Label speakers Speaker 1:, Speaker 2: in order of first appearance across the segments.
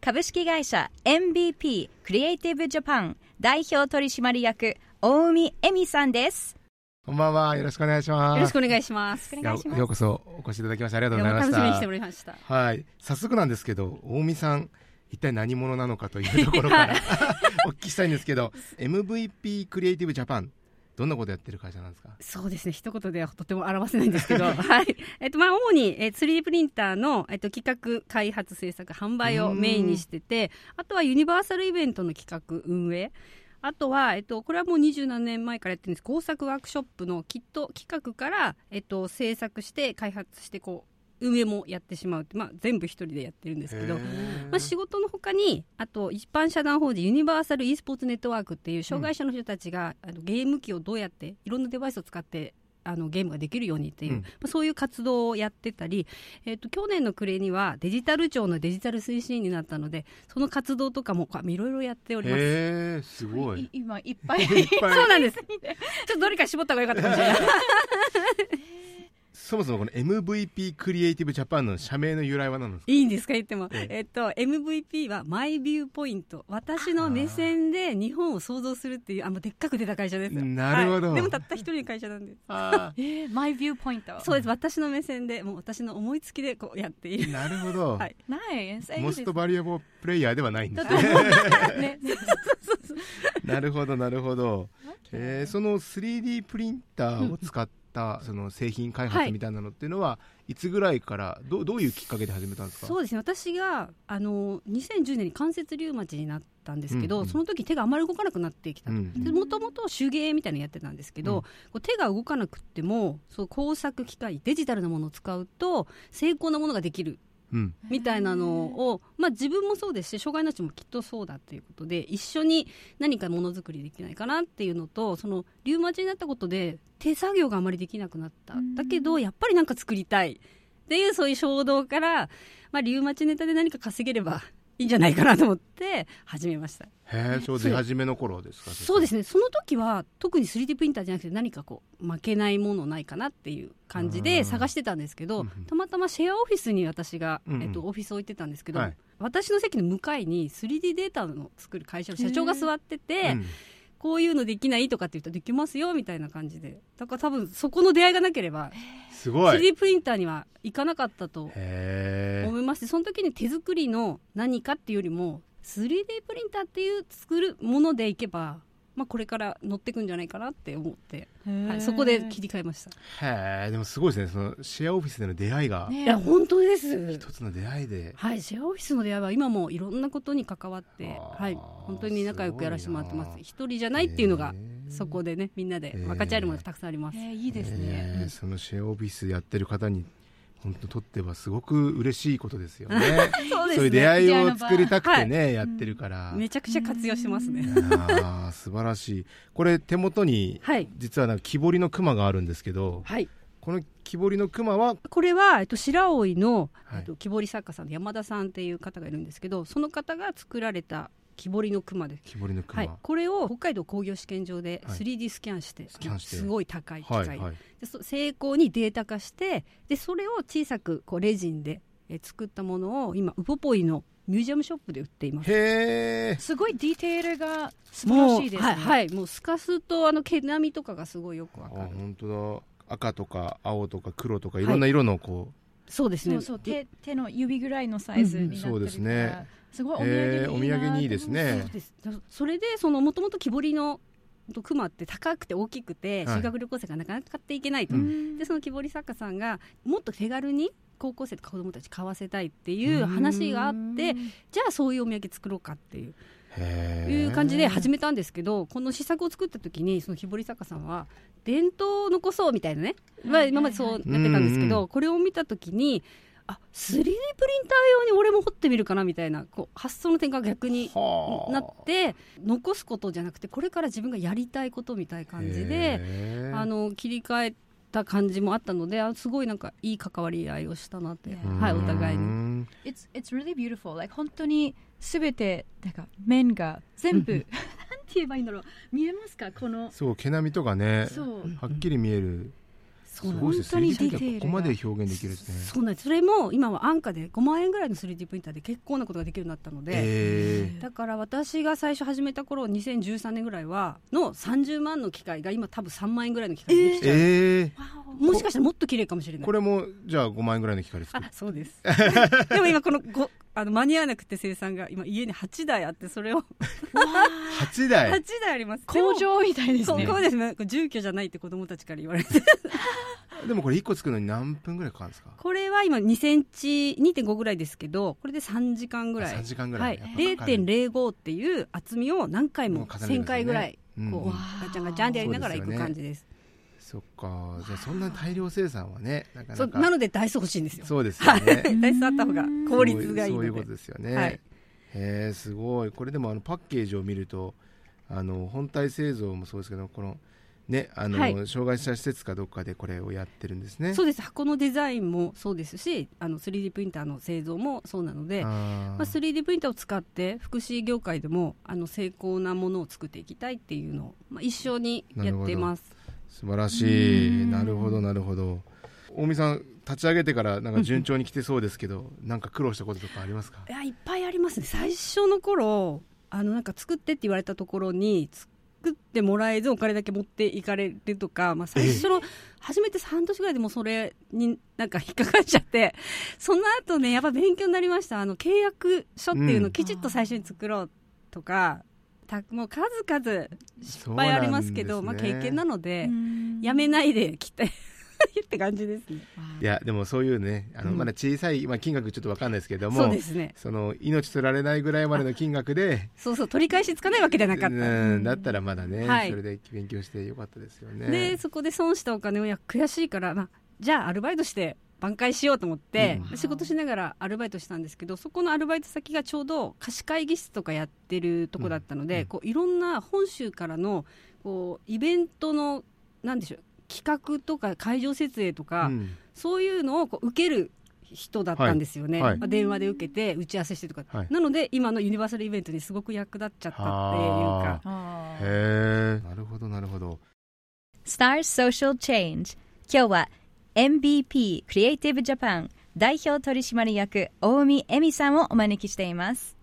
Speaker 1: 株式会社 MVP クリエイティブジャパン代表取締役大海恵美さんです
Speaker 2: こんばんは。よろしくお願いします。
Speaker 3: よろしくお願いします。
Speaker 1: お願いします
Speaker 2: やようこそお越しいただきましてありがとうございま
Speaker 3: 楽
Speaker 2: し。
Speaker 3: したみにしておりました。
Speaker 2: はい。早速なんですけど、大見さん、一体何者なのかというところから お聞きしたいんですけど、MVP クリエイティブジャパン、どんなことやってる会社なんですか
Speaker 3: そうですね一言ではとても表せないんです けど、はいえっとまあ、主にえー 3D プリンターの、えっと、企画、開発、制作、販売をメインにしてて、あとはユニバーサルイベントの企画、運営、あとは、えっと、これはもう27年前からやってるんです工作ワークショップのキット企画から、えっと、制作して、開発してこう、運営もやってしまうって、まあ、全部一人でやってるんですけど、まあ、仕事のほかにあと一般社団法人ユニバーサル e スポーツネットワークっていう障害者の人たちが、あのゲーム機をどうやっていろんなデバイスを使ってあのゲームができるようにっていう、
Speaker 2: うん
Speaker 3: まあ、そういう活動をやってたり、えっと去年の暮れにはデジタル庁のデジタル推進員になったのでその活動とかもこういろいろやっております。
Speaker 2: へー、すごい。
Speaker 1: 今いっ ぱい
Speaker 2: いっぱい
Speaker 3: そうなんです。ちょっとどれか絞った方が良かったかもしれない。
Speaker 2: そもそもこの MVP クリエイティブジャパンの社名の由来は何なんですか
Speaker 3: いいんですか言っても、
Speaker 2: ええ
Speaker 3: えっと MVP はマイビューポイント私の目線で日本を想像するっていうあもうでっかく出た会社ですよ
Speaker 2: なるほど
Speaker 3: はいでもたった一人の会社なんです
Speaker 2: あ
Speaker 1: えマイビューポイント
Speaker 3: そうです私の目線でもう私の思いつきでこうやってい
Speaker 2: ー
Speaker 3: る
Speaker 2: なるほど。
Speaker 3: はい
Speaker 1: ナイス
Speaker 2: モストバリアボープレイヤーではないんですね。
Speaker 1: ね
Speaker 2: なるほどなるほど、えーその 3D プリンターを使ったその製品開
Speaker 3: は
Speaker 2: 発
Speaker 3: い
Speaker 2: みたいなのっていうのは、い、つぐらいからどうどういうきっかけで始めたんですか
Speaker 3: そうですね私があの2010年に関節リウマチになったんですけど、
Speaker 2: うんうん
Speaker 3: その時手があまり動かなくなってきた
Speaker 2: うん
Speaker 3: もともと手芸みたいなのやってたんですけど、
Speaker 2: うん
Speaker 3: こう手が動かなくってもそう工作機械デジタルなものを使うと成功なものができる
Speaker 2: うん
Speaker 3: みたいなのを、まあ、自分もそうですし障害の人もきっとそうだということで一緒に何かものづくりできないかなっていうのとそのリウマチになったことで手作業があまりできなくなった
Speaker 1: うん
Speaker 3: だけどやっぱりなんか作りたいっていうそういう衝動から、まあ、リウマチネタで何か稼げればいいんじゃないかなと思って始めました
Speaker 2: へえそう出始めの頃ですか
Speaker 3: そうです
Speaker 2: ね
Speaker 3: ねその時は特に 3D プリンターじゃなくて何かこう負けないものないかなっていう感じ
Speaker 2: う
Speaker 3: で
Speaker 2: ん
Speaker 3: 探してたんですけど、
Speaker 2: うんうん
Speaker 3: たまたまシェアオフィスに私が、
Speaker 2: うんうん
Speaker 3: えっと、オフィスを置いてたんですけど、
Speaker 2: はい
Speaker 3: 私の席の向かいに 3D データの作る会社の社長が座ってて、
Speaker 2: うん
Speaker 3: こういうのできないとかって言ったらできますよみたいな感じでだから多分そこの出会いがなければ
Speaker 2: すごいへ
Speaker 3: 3D プリンターには行かなかったと
Speaker 2: え
Speaker 3: 思いましてその時に手作りの何かっていうよりも 3D プリンターっていう作るものでいけば、まあ、これから乗ってくんじゃないかなって思って、はい、そこで切り替えました、
Speaker 2: へえでもすごいですねそのシェアオフィスでの出会いが
Speaker 1: ね
Speaker 3: いや本当です
Speaker 2: 一つの出会いで、
Speaker 3: はいシェアオフィスの出会いは今もいろんなことに関わって
Speaker 2: あー
Speaker 3: はい本当に仲良くやらせてもらってます
Speaker 2: すごいな
Speaker 3: 一人じゃないっていうのが
Speaker 2: へー
Speaker 3: そこでねみんな
Speaker 2: へ
Speaker 3: で
Speaker 2: ー
Speaker 3: 分かち合えるものがたくさんあります、
Speaker 1: いいですね、
Speaker 2: えーそのシェアオフィスやってる方に本当とってはすごく嬉しいことですよね
Speaker 3: そうですね
Speaker 2: そういう出会いを作りたくてね、やってるから、
Speaker 3: めちゃくちゃ活用してますね
Speaker 2: あー素晴らしいこれ手元に、
Speaker 3: はい
Speaker 2: 実はなんか木彫りの熊があるんですけど
Speaker 3: はい
Speaker 2: この木彫りの熊は、
Speaker 3: これは、えっと、白老の、
Speaker 2: はい
Speaker 3: えっと、木彫り作家さんの山田さんっていう方がいるんですけどその方が作られた木彫りの熊です
Speaker 2: 木彫りの熊、
Speaker 3: はい、これを北海道工業試験場で
Speaker 2: はい
Speaker 3: 3D スキャンして,、
Speaker 2: スキャンして
Speaker 3: すごい高い機械、
Speaker 2: はいはい
Speaker 3: でそ成功にデータ化してでそれを小さくこうレジンでえー作ったものを今ウポポイのミュージアムショップで売っています。
Speaker 2: へえ
Speaker 1: すごいディテールが素晴らしいですね
Speaker 3: もうはい、はい、もうスカスとあの毛並みとかがすごいよくわかる。
Speaker 2: 本当だ赤とか青とか黒とかいろんな色のこ
Speaker 3: そうです
Speaker 1: そ
Speaker 3: ね。
Speaker 1: うそう手手の指ぐらいのサイズになってるから、
Speaker 2: うんそうですね、
Speaker 1: すごいうお土
Speaker 2: へー
Speaker 1: 産にいいな
Speaker 2: お土産にいいですね
Speaker 3: そうですそれでそのもともと木彫りのクマって高くて大きくて
Speaker 2: はい
Speaker 3: 修学旅行生がなかなか買っていけないと、
Speaker 2: うん
Speaker 3: でその木彫り作家さんがもっと手軽に高校生とか子供たち買わせたいっていう話があってじゃあそういうお土産作ろうかっていう
Speaker 2: へー
Speaker 3: いう感じで始めたんですけどこの試作を作った時にその木彫り作家さんは伝統を残そうみたいなね、まあ、今までそうやってたんですけど、
Speaker 2: うんう
Speaker 3: これを見た時にあ 3D プリンター用に俺も彫ってみるかなみたいなこう発想の転換が逆に
Speaker 2: はあ
Speaker 3: なって残すことじゃなくてこれから自分がやりたいことみたいな感じで
Speaker 2: へえ
Speaker 3: あの切り替えた感じもあったのであすごいなんかいい関わり合いをしたなって、
Speaker 1: うん
Speaker 3: はい、お互いに。
Speaker 2: に
Speaker 1: It's, it's really beautiful. Like, 本当にすべて、なんか面が全部、
Speaker 2: うん
Speaker 1: なんて言えばいいんだろう。見えますかこの、
Speaker 2: そう毛並みとかね
Speaker 1: そう。
Speaker 2: はっきり見える
Speaker 3: そ
Speaker 2: す
Speaker 3: うなんです
Speaker 2: ごいです
Speaker 1: 本当
Speaker 2: ね
Speaker 1: に
Speaker 2: 3D プリ
Speaker 1: ディテールが
Speaker 2: ンターでここまで表現できるんですね
Speaker 3: そうなんですそれも今は安価で5万円ぐらいの 3D プリンターで結構なことができるようになったので、
Speaker 2: え
Speaker 3: だから私が最初始めた頃2013年ぐらいはの30万の機械が今多分3万円ぐらいの機械でで
Speaker 2: ー
Speaker 3: きちゃう、
Speaker 2: え
Speaker 3: もしかしたらもっと綺麗かもしれな
Speaker 2: ー
Speaker 3: い
Speaker 2: これもじゃあ5万円ぐらいの機械で作
Speaker 3: あ
Speaker 2: る
Speaker 3: そうです でも今このごあの間に合わなくて生産が今家に8台あってそれを
Speaker 2: 8
Speaker 3: 8
Speaker 2: 台
Speaker 3: 台あります
Speaker 1: 工場みたいです
Speaker 3: そう
Speaker 1: ね。
Speaker 3: こうですねこう住居じゃないって子供たちから言われ て
Speaker 2: でもこれ1個作るのに何分ぐらいかかるんですか
Speaker 3: これは今2センチ2.5ぐらいですけどこれで3時間ぐらい
Speaker 2: あ3時間ぐ
Speaker 3: は
Speaker 2: らい
Speaker 3: い、
Speaker 2: やっぱかかる
Speaker 3: 0.05っていう厚みを何回も
Speaker 2: もう重ねるんですよね
Speaker 3: 1000回ぐらい
Speaker 2: うん
Speaker 3: こう
Speaker 2: うん
Speaker 3: ガチャンガチャンってやりながらい
Speaker 2: そうで
Speaker 3: く
Speaker 2: すよね
Speaker 3: 感じです
Speaker 2: そっかじゃあそんな大量生産はねなか
Speaker 3: そう
Speaker 2: な
Speaker 3: な
Speaker 2: か
Speaker 3: のでダイソー欲しいんですよ
Speaker 2: そうですよね
Speaker 3: ダイソーあった方が効率がいい
Speaker 2: そういう
Speaker 3: の
Speaker 2: こと
Speaker 3: で
Speaker 2: ですよね、
Speaker 3: は
Speaker 2: へ
Speaker 3: い
Speaker 2: えすごいこれでもあのパッケージを見るとあの本体製造もそうですけどこのねあの、
Speaker 3: はい
Speaker 2: 障害者施設かどっかでこれをやってるんですね
Speaker 3: そううです箱のデザインもそうですしあの 3D プリンターの製造もそうなので
Speaker 2: あー、
Speaker 3: まあ、3D プリンターを使って福祉業界でもあの成功なものを作っていきたいっていうのを、まあ、一緒にやってます
Speaker 2: 素晴らし
Speaker 1: う
Speaker 2: い
Speaker 1: ん
Speaker 2: なるほどなるほど大見さん立ち上げてからなんか順調に来てそうですけど なんか苦労したこととかありますか
Speaker 3: いやいっぱいありますね最初の頃あのなんか作ってって言われたところに作ってもらえずお金だけ持っていかれるとか、まあ、最初の初めて半年ぐらいでもうそれになんか引っかかっちゃってその後ねやっぱ勉強になりましたあの契約書っていうの
Speaker 2: う
Speaker 3: を
Speaker 2: ん
Speaker 3: きちっと最初に作ろうとか、たもう数々いっ
Speaker 2: 失
Speaker 3: ぱいありますけどまあ、経験なので、やめ
Speaker 1: い。
Speaker 3: ないで来て って感じですね
Speaker 2: いやでもそういうねあの、
Speaker 3: うん
Speaker 2: まだ小さい、まあ、金額ちょっとわかんないですけど
Speaker 3: そう
Speaker 2: も
Speaker 3: ですね
Speaker 2: その命取られないぐらいまでの金額で
Speaker 3: そうそう取り返しつかないわけじゃなかった
Speaker 2: うん、だったらまだね、
Speaker 3: はい
Speaker 2: それで勉強してよかったですよね。
Speaker 3: でそこで損したお金をいや悔しいから、まあ、じゃあアルバイトして挽回しようと思って、
Speaker 1: うん
Speaker 3: 仕事しながらアルバイトしたんですけどそこのアルバイト先がちょうど貸し会議室とかやってるとこだったので、
Speaker 2: うん
Speaker 3: こういろんな本州からのこうイベントのなんでしょう企画とか会場設営とか、
Speaker 2: うん
Speaker 3: そういうのをこう受ける人だったんですよね、
Speaker 2: はいはい
Speaker 3: まあ電話で受けて打ち合わせしてとか、
Speaker 2: はい
Speaker 3: なので今のユニバーサルイベントにすごく役立っちゃったっていうか
Speaker 2: は
Speaker 1: あー
Speaker 2: へえなるほどなるほど
Speaker 1: Star Social Change 今日は MBP クリエイティブジャパン代表取締役大海恵美さんをお招きしています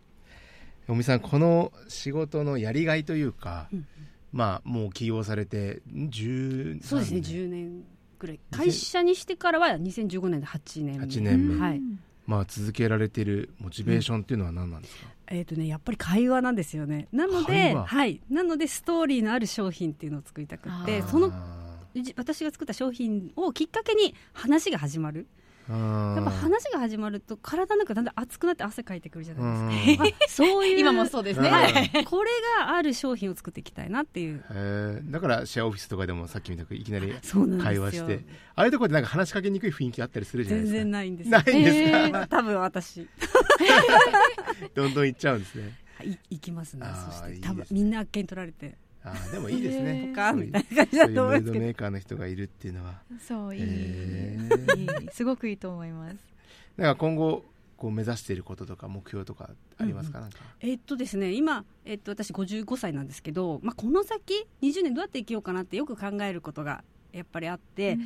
Speaker 2: 尾身さんこの仕事のやりがいというか、
Speaker 3: うん
Speaker 2: まあもう起業されて10
Speaker 3: そうですね、10年ぐらい。会社にしてからは2015年で8年目。
Speaker 2: 8年目、
Speaker 3: うんはい
Speaker 2: まあ、続けられているモチベーションっていうのは何なんですか、
Speaker 3: えっ、とね、やっぱり会話なんですよね。なの
Speaker 2: 会
Speaker 3: で、
Speaker 2: 話
Speaker 3: はい。なので、ストーリーのある商品っていうのを作りたくっ
Speaker 1: う
Speaker 3: て、
Speaker 1: ん
Speaker 3: その、
Speaker 2: あ
Speaker 3: うち私が作った商品をきっかけに話が始まる。
Speaker 2: ーあー
Speaker 3: やっぱ話が始まると、体なんかだんだん熱くなって汗かいてくるじゃないですか。
Speaker 2: うん
Speaker 3: あそ ういう。
Speaker 1: うで
Speaker 2: うん
Speaker 3: う。これがある商品を作っていきたいなっていう。
Speaker 2: へーだからシェアオフィスとかでもさっきみたくいきなり
Speaker 3: そうなんですよ。
Speaker 2: 会話してああいうところでなんか話しかけにくい雰囲気あったりするじゃない
Speaker 3: 全
Speaker 2: ですか
Speaker 3: 然ないんですよ
Speaker 2: ないんですか、
Speaker 1: えー
Speaker 3: 多分私。
Speaker 2: どんどん行っちゃうんですね
Speaker 3: い行きますね
Speaker 2: あ。ー
Speaker 3: そし
Speaker 2: いいです
Speaker 3: て、多
Speaker 2: ね
Speaker 3: 分みんなあっけに取られて。
Speaker 2: あーでもいいですね
Speaker 1: えー
Speaker 3: か
Speaker 2: そういう
Speaker 3: みたいな感じだ
Speaker 2: そうい
Speaker 3: と
Speaker 2: う
Speaker 3: 思
Speaker 2: ム
Speaker 3: う
Speaker 2: ー
Speaker 3: んです
Speaker 2: ド
Speaker 3: けど
Speaker 2: メーカーの人がいるっていうのは
Speaker 1: そういい、
Speaker 2: へ
Speaker 1: いいすごくいいと思います
Speaker 2: なんか今後こう目指していることとか目標とかありますか、なんか
Speaker 3: えっとですね今、えっと、私55歳なんですけど、まあ、この先20年どうやって生きようかなってよく考えることがやっぱりあって、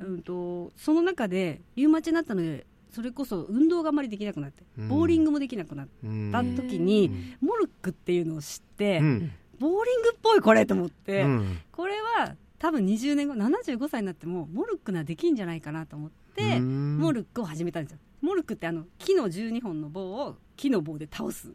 Speaker 3: うんとその中でリウマチになったのでそれこそ運動があまりできなくなって
Speaker 2: うん
Speaker 3: ボーリングもできなくなっ
Speaker 2: うん
Speaker 3: た
Speaker 1: ん
Speaker 3: 時
Speaker 2: う
Speaker 3: に、
Speaker 2: ん
Speaker 3: モルックっていうのを知って、
Speaker 2: うん
Speaker 3: ボーリングっぽいこれと思って、
Speaker 2: うん
Speaker 3: これは多分20年後75歳になってもモルックならできんじゃないかなと思って、
Speaker 2: うん
Speaker 3: モルックを始めたんですよモルックってあの木の12本の棒を木の棒で倒す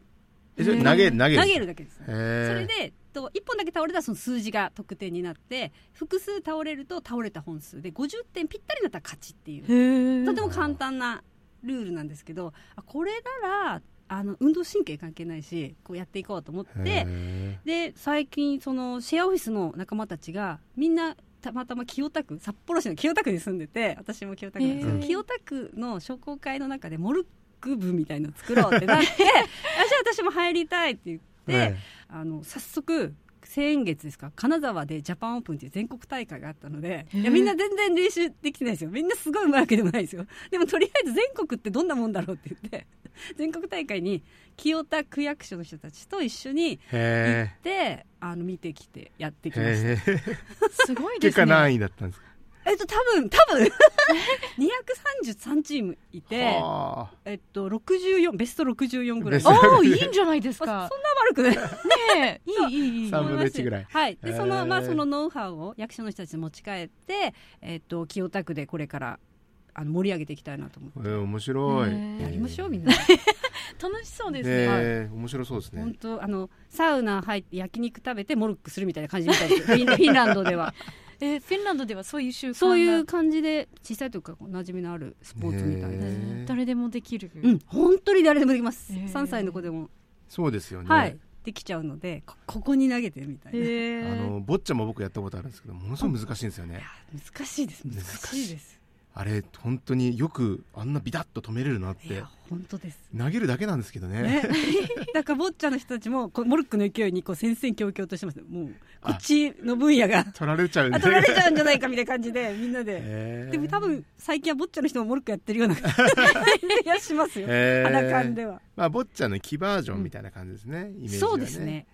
Speaker 2: えそれ投げ投げる
Speaker 3: 投げるだけです
Speaker 2: へ
Speaker 3: それ
Speaker 2: ー
Speaker 3: で、えっと、1本だけ倒れたらその数字が得点になって複数倒れると倒れた本数で50点ぴったりだったら勝ちっていう
Speaker 1: へ
Speaker 3: とても簡単なルールなんですけどあこれならあの運動神経関係ないしこうやっていこうと思って
Speaker 2: へ
Speaker 3: で最近そのシェアオフィスの仲間たちがみんなたまたま清田区札幌市の清田区に住んでて私も清田区なんですけど、
Speaker 2: へー
Speaker 3: 清田区の商工会の中でモルック部みたいの作ろうってなっ てあじゃあ私も入りたいって言って、
Speaker 2: はい
Speaker 3: あの早速先月ですか金沢でジャパンオープンっていう全国大会があったのでい
Speaker 1: へえ
Speaker 3: やみんな全然練習できてないですよみんなすごいうまいわけでもないですよでもとりあえず全国ってどんなもんだろうって言って全国大会に清田区役所の人たちと一緒に行っ
Speaker 2: へ
Speaker 3: て、あの見てきてやって
Speaker 2: え
Speaker 3: きました
Speaker 2: へえ
Speaker 1: すごいで
Speaker 2: 結
Speaker 1: すね
Speaker 2: 果何位だったんですか
Speaker 3: えっと多分多 分233チームいて、
Speaker 2: はあ
Speaker 3: えっと、64ベスト64ぐら
Speaker 2: ベ
Speaker 3: い
Speaker 2: スト
Speaker 3: あ
Speaker 1: おおいいんじゃないです
Speaker 3: そんな
Speaker 1: か
Speaker 3: 悪くない
Speaker 1: ねえいいいいいい
Speaker 2: 三分の一ぐらい
Speaker 3: はい、でそ
Speaker 2: へ
Speaker 3: の
Speaker 2: ー
Speaker 3: まあそのノウハウを役所の人たちに持ち帰って、えっと清田区でこれからあの盛り上げていきたいなと思
Speaker 2: えー面白い、
Speaker 1: へえ
Speaker 3: う。やりましょうみん
Speaker 2: な
Speaker 3: な。
Speaker 1: 楽しそうですね、
Speaker 2: え面白そうですね
Speaker 3: 本当あのサウナ入って焼肉食べてモルックするみたいな感じみたいですフィンフィンランドでは
Speaker 1: えーフィンランドではそういう習慣が
Speaker 3: そういう感じで小さい時からお馴染みのあるスポーツみたい
Speaker 2: へ
Speaker 3: で
Speaker 2: ー
Speaker 3: す。
Speaker 1: 誰でもできる、
Speaker 3: うん本当に誰でもできます。
Speaker 1: へー
Speaker 3: 3歳の子でも
Speaker 2: そうですよね、
Speaker 3: はいできちゃうのでこここに投げてみたいな。いや
Speaker 2: あ
Speaker 1: へー
Speaker 2: のボッチャも僕やったことあるんですけどものすごい難しいんですよね
Speaker 3: 難しいです難
Speaker 2: 難
Speaker 3: しいです。
Speaker 2: あれ本当によくあんなビタッと止めれるなっ
Speaker 3: い
Speaker 2: て
Speaker 3: や本当です。
Speaker 2: 投げるだけなんですけどね
Speaker 3: ね、だからボッチャの人たちもこうモルックの勢いにこう戦々恐々としてますねもうこっちの分野 が
Speaker 2: 取られちゃうんで
Speaker 3: あ取られちゃうんじゃないかみたいな感じでみんなで、
Speaker 2: へー
Speaker 3: でも多分最近はボッチャの人もモルックやってるような感じがしますよ
Speaker 2: へー
Speaker 3: 肌感では、
Speaker 2: まあボッチャの木バージョンみたいな感じですね、イメージは
Speaker 3: そうですね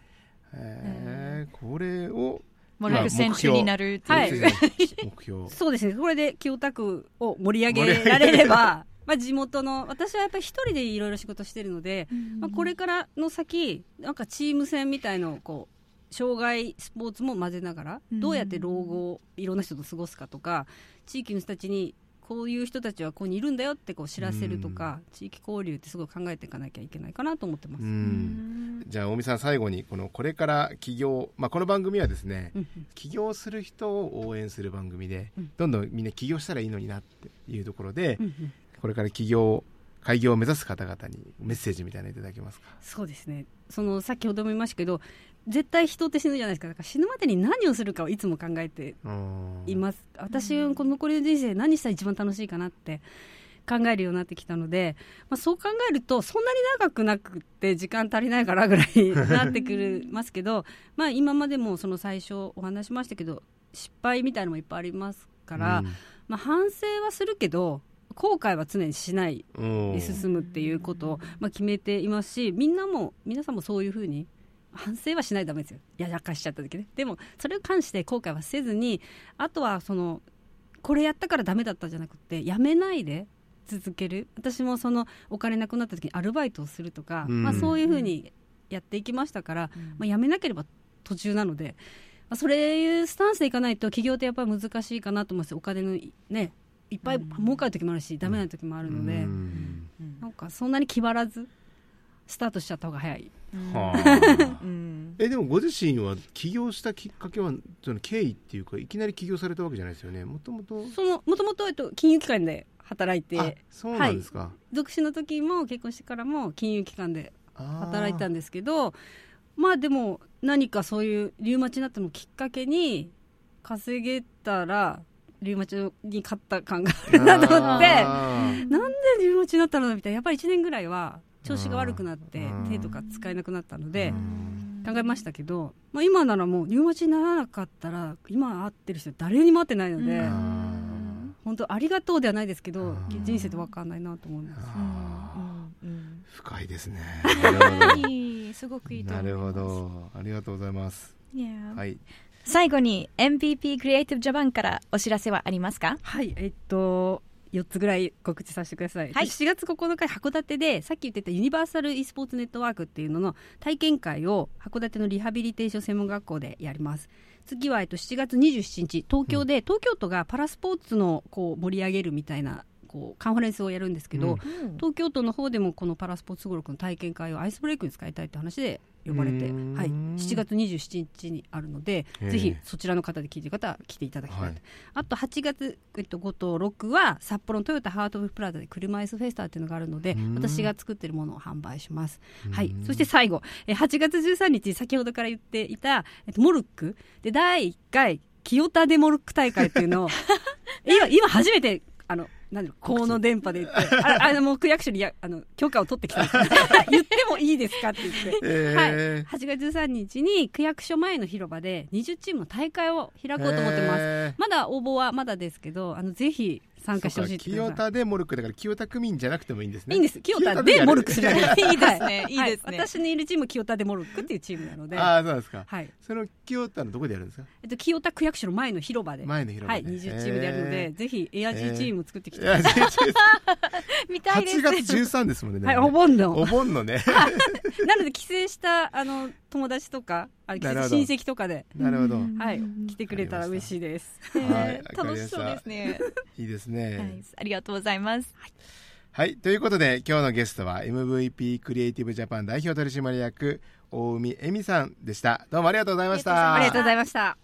Speaker 2: へーこれを
Speaker 1: モルック選手になるって、
Speaker 3: はいいう
Speaker 2: 目標
Speaker 3: そうですねこれで清田区を盛り上げられれば まあ地元の私はやっぱり一人でいろいろ仕事してるので、まあ、これからの先なんかチーム戦みたいのをこう障害スポーツも混ぜながら
Speaker 1: うん
Speaker 3: どうやって老後をいろんな人と過ごすかとか地域の人たちにこういう人たちはここにいるんだよってこう知らせるとか地域交流ってすごい考えていかなきゃいけないかなと思ってます。
Speaker 2: う
Speaker 3: うん
Speaker 2: んじゃあ大見さん最後にこのこれから起業、まあ、この番組はですね
Speaker 3: うん
Speaker 2: 起業する人を応援する番組で、
Speaker 3: うん
Speaker 2: どんどんみんな起業したらいいのになっていうところで、
Speaker 3: うんうん
Speaker 2: これから起業開業を目指す方々にメッセージみたいなのいただけますか
Speaker 3: そうですねその先ほども言いましたけど絶対人って死ぬじゃないですかだから死ぬまでに何をするかをいつも考えて
Speaker 2: うん
Speaker 3: います私この残りの人生何したら一番楽しいかなって考えるようになってきたので、まあ、そう考えるとそんなに長くなくって時間足りないからぐらいになって くるますけどまあ今までもその最初お話しましたけど失敗みたいのもいっぱいありますから、まあ、反省はするけど後悔は常にしない
Speaker 2: うん
Speaker 3: で進むっていうことを、まあ、決めていますしみんなも皆さんもそういうふうに反省はしないとダメですよやらかしちゃった時ねでもそれを関して後悔はせずにあとはそのこれやったからダメだったじゃなくてやめないで続ける私もそのお金なくなった時にアルバイトをするとか、
Speaker 2: うん
Speaker 3: まあ、そういうふうにやっていきましたから、まあ、やめなければ途中なので、まあ、それいうスタンスでいかないと企業ってやっぱり難しいかなと思いますお金のいねいっぱい儲かる時もあるし、ダメな時もあるので。
Speaker 2: うん
Speaker 3: なんかそんなに気張らずスタートしちゃった方が早い
Speaker 2: は
Speaker 1: う
Speaker 2: あ
Speaker 1: ん
Speaker 2: えでもご自身は起業したきっかけはその経緯っていうかいきなり起業されたわけじゃないですよねもともと
Speaker 3: そのもともと、えっと、金融機関で働い
Speaker 2: あ
Speaker 3: て
Speaker 2: そうなんですか、
Speaker 3: 独身の時も結婚してからも金融機関で
Speaker 2: あー
Speaker 3: 働いたんですけどまあでも何かそういうリウマチになったのをきっかけに稼げたらリウマチに勝った感があるなと思って
Speaker 2: あー
Speaker 3: なんでリウマチになったのみたいなやっぱり1年ぐらいは調子が悪くなって
Speaker 2: うん
Speaker 3: 手とか使えなくなったので
Speaker 2: うん
Speaker 3: 考えましたけど、まあ、今ならもうリウマチにならなかったら今会ってる人誰にも会ってないので、
Speaker 1: うん
Speaker 3: 本当ありがとうではないですけど、
Speaker 2: うん
Speaker 3: 人生で分かんないなと思います、
Speaker 2: あー深いですね
Speaker 1: いいすごくいいと
Speaker 2: な
Speaker 1: 思い
Speaker 2: る
Speaker 1: ま
Speaker 2: ほ
Speaker 1: す
Speaker 2: どありがとうございます
Speaker 1: いやー
Speaker 2: はい
Speaker 1: 最後に MPP クリエイティブジャパンからお知らせはありますか
Speaker 3: はいえっと4つぐらい告知させてください、
Speaker 1: はい
Speaker 3: 7月9日函館でさっき言ってたユニバーサル e スポーツネットワークっていうのの体験会を函館のリハビリテーション専門学校でやります次は、えっと、7月27日東京で、東京都がパラスポーツのこう盛り上げるみたいなこうカンファレンスをやるんですけど、
Speaker 2: うん
Speaker 3: 東京都の方でもこのパラスポーツゴルフの体験会をアイスブレイクに使いたいって話で呼ばれ
Speaker 2: う
Speaker 3: て、はい、
Speaker 2: ーん
Speaker 3: 7月27日にあるので
Speaker 2: ええ
Speaker 3: ぜひそちらの方で聞いてる方は来ていただきたいと、
Speaker 2: はい
Speaker 3: あと8月、えっと、5と6は札幌のトヨタハートオブプラザで車椅子フェスタっていうのがあるので
Speaker 2: うーん
Speaker 3: 私が作ってるものを販売します、
Speaker 2: うん
Speaker 3: はい、そして最後え8月13日先ほどから言っていた、えっと、モルックで第1回清田デモルック大会っていう のを、今、今初めて、あの、なんだろう、公の電波で言って、ああの、もう区役所にや、あの、許可を取って きたんですよ言ってもいいですかって言って。
Speaker 2: え
Speaker 3: 8月13日に区役所前の広場で20チームの大会を開こうと思ってます。
Speaker 2: え
Speaker 3: まだ応募はまだですけど、あの、ぜひ参加してほしい
Speaker 2: そう
Speaker 3: っ
Speaker 2: か
Speaker 3: てくださ
Speaker 2: 清
Speaker 3: い
Speaker 2: 田でモルクだから清田区民じゃなくてもいいんですね
Speaker 3: いいんです。清田でモルックする。
Speaker 2: 清田でや
Speaker 3: いい
Speaker 4: ですねいいですね
Speaker 3: 私のいるチーム、清田でモルックっていうチームなので、
Speaker 2: るああそうなんですか
Speaker 3: はい。
Speaker 2: その清田のどこでやるんですか
Speaker 3: えっと、清田区役所の前の広場で。
Speaker 2: 前の広場
Speaker 3: はい、
Speaker 2: ね
Speaker 3: 20チームでやるの で、ぜひエアジーチームを作ってき
Speaker 2: い
Speaker 3: て。
Speaker 2: や違う違う
Speaker 4: 見たいです
Speaker 2: 8月13ですもんねでも
Speaker 3: は
Speaker 2: ね
Speaker 3: い、お盆
Speaker 2: お
Speaker 3: の。
Speaker 2: 盆の ね
Speaker 3: なので、帰省した、あの、友達とか、あの帰
Speaker 2: なる
Speaker 3: 省
Speaker 2: ほど
Speaker 3: 親戚とかで、
Speaker 2: なるほど
Speaker 3: はい、来てくれたら嬉しいです。
Speaker 2: はい
Speaker 4: 楽しそうですね。
Speaker 2: いいです
Speaker 4: はい
Speaker 2: ね、
Speaker 4: ありがとうございます。
Speaker 2: はいということで今日のゲストは MVP クリエイティブジャパン代表取締役大海恵美さんでしたどうもありがとうございました
Speaker 4: あ
Speaker 3: あ
Speaker 4: り
Speaker 3: り
Speaker 4: がとうご
Speaker 3: がとうご
Speaker 4: ざ
Speaker 3: ざ
Speaker 4: い
Speaker 3: いました。